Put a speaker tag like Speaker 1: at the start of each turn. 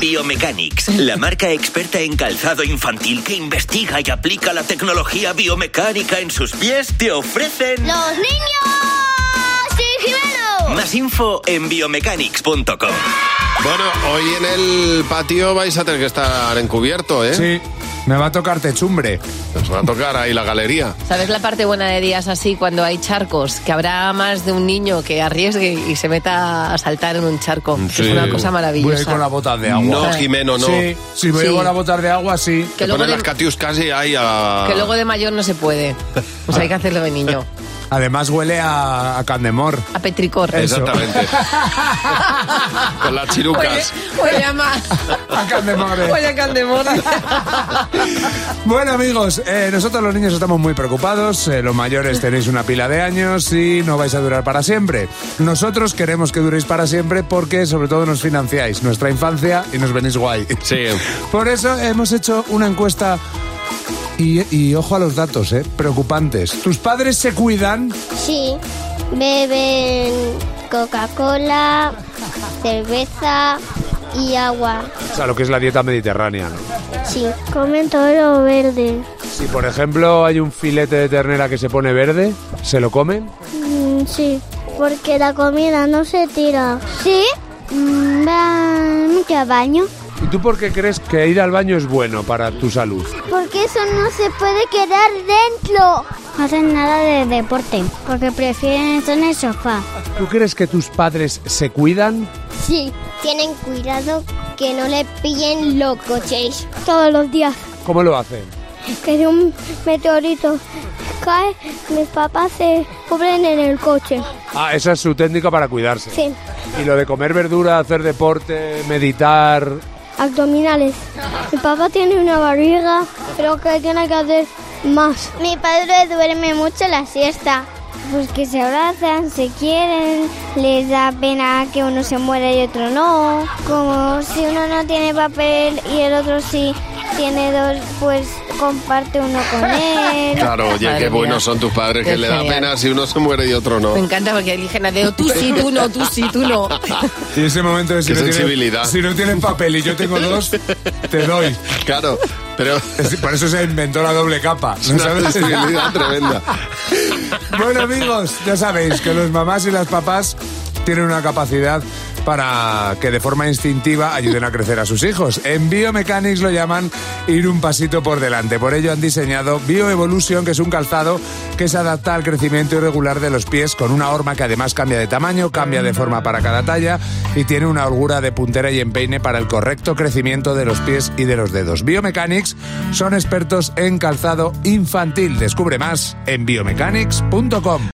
Speaker 1: Biomechanics, la marca experta en calzado infantil que investiga y aplica la tecnología biomecánica en sus pies, te ofrecen...
Speaker 2: ¡Los niños! ¡Cigibelos!
Speaker 1: Más info en biomechanics.com.
Speaker 3: Bueno, hoy en el patio vais a tener que estar encubierto, ¿eh?
Speaker 4: Sí, me va a tocar techumbre.
Speaker 3: Nos va a tocar ahí la galería.
Speaker 5: ¿Sabes la parte buena de días así cuando hay charcos? Que habrá más de un niño que arriesgue y se meta a saltar en un charco.
Speaker 3: Sí.
Speaker 5: Es una cosa maravillosa.
Speaker 4: Voy a ir con las botas de agua.
Speaker 3: No, Jimeno, no.
Speaker 4: Sí, si me
Speaker 5: Sí.
Speaker 4: llevo las botas de agua, sí.
Speaker 5: Que
Speaker 3: Te
Speaker 5: luego,
Speaker 3: ponen
Speaker 5: de,
Speaker 3: las catius casi ahí a...
Speaker 5: que
Speaker 4: Ah.
Speaker 5: luego de mayor no se puede. Pues hay que hacerlo de niño.
Speaker 4: Además huele a, a candemor.
Speaker 5: A petricor.
Speaker 4: Eso.
Speaker 3: Exactamente. Con las chirucas.
Speaker 5: Huele, huele a más.
Speaker 4: A candemores.
Speaker 5: Huele a candemora.
Speaker 4: Bueno amigos, eh, nosotros los niños estamos muy preocupados, eh, los mayores tenéis una pila de años y no vais a durar para siempre. Nosotros queremos que duréis para siempre porque sobre todo nos financiáis nuestra infancia y nos venís guay.
Speaker 3: Sí.
Speaker 4: Por eso hemos hecho una encuesta y, y ojo a los datos, eh, preocupantes. ¿Tus padres se cuidan?
Speaker 2: Sí, beben Coca-Cola, cerveza y agua.
Speaker 4: O sea, lo que es la dieta mediterránea, ¿no?
Speaker 2: Sí. Comen todo lo verde.
Speaker 4: Si por ejemplo hay un filete de ternera que se pone verde, ¿se lo comen?
Speaker 2: Mm, sí, porque la comida no se tira. ¿Sí? Van mucho al baño.
Speaker 4: ¿Y tú por qué crees que ir al baño es bueno para tu salud?
Speaker 2: Porque eso no se puede quedar dentro. No hacen nada de deporte, porque prefieren estar en el sofá.
Speaker 4: ¿Tú crees que tus padres se cuidan?
Speaker 2: Sí, tienen cuidado que no le pillen los coches. Todos los días
Speaker 4: ¿Cómo lo hacen?
Speaker 2: que de un meteorito cae, mis papás se cubren en el coche.
Speaker 4: Ah, esa es su técnica para cuidarse.
Speaker 2: Sí,
Speaker 4: Y lo de comer verdura, hacer deporte, meditar.
Speaker 2: abdominales. Mi papá tiene una barriga, creo que tiene que hacer más. Mi padre duerme mucho la siesta. Pues que se abrazan, se quieren, les da pena que uno se muera y otro no. Como si uno no tiene papel y el otro sí tiene dos, pues comparte uno con él.
Speaker 3: Claro, oye,
Speaker 5: Madre
Speaker 3: qué
Speaker 5: mía.
Speaker 3: buenos son tus padres,
Speaker 5: Qué
Speaker 3: que le da
Speaker 5: genial.
Speaker 3: pena si uno se muere y otro no.
Speaker 5: Me encanta porque eligen a dedo. Tú sí, tú no, tú sí, tú no.
Speaker 4: Y ese momento de
Speaker 3: Qué sensibilidad.
Speaker 4: si no tienen papel y yo tengo dos, te doy.
Speaker 3: Claro, pero
Speaker 4: Es- Por eso se inventó la doble capa.
Speaker 3: es
Speaker 4: ¿no
Speaker 3: una
Speaker 4: sabes?
Speaker 3: sensibilidad tremenda.
Speaker 4: Bueno amigos, ya sabéis que los mamás y las papás tienen una capacidad para que de forma instintiva ayuden a crecer a sus hijos. En Biomechanics lo llaman ir un pasito por delante. Por ello han diseñado Bioevolution, que es un calzado que se adapta al crecimiento irregular de los pies con una horma que además cambia de tamaño, cambia de forma para cada talla y tiene una holgura de puntera y empeine para el correcto crecimiento de los pies y de los dedos. Biomechanics son expertos en calzado infantil. Descubre más en biomechanics.com.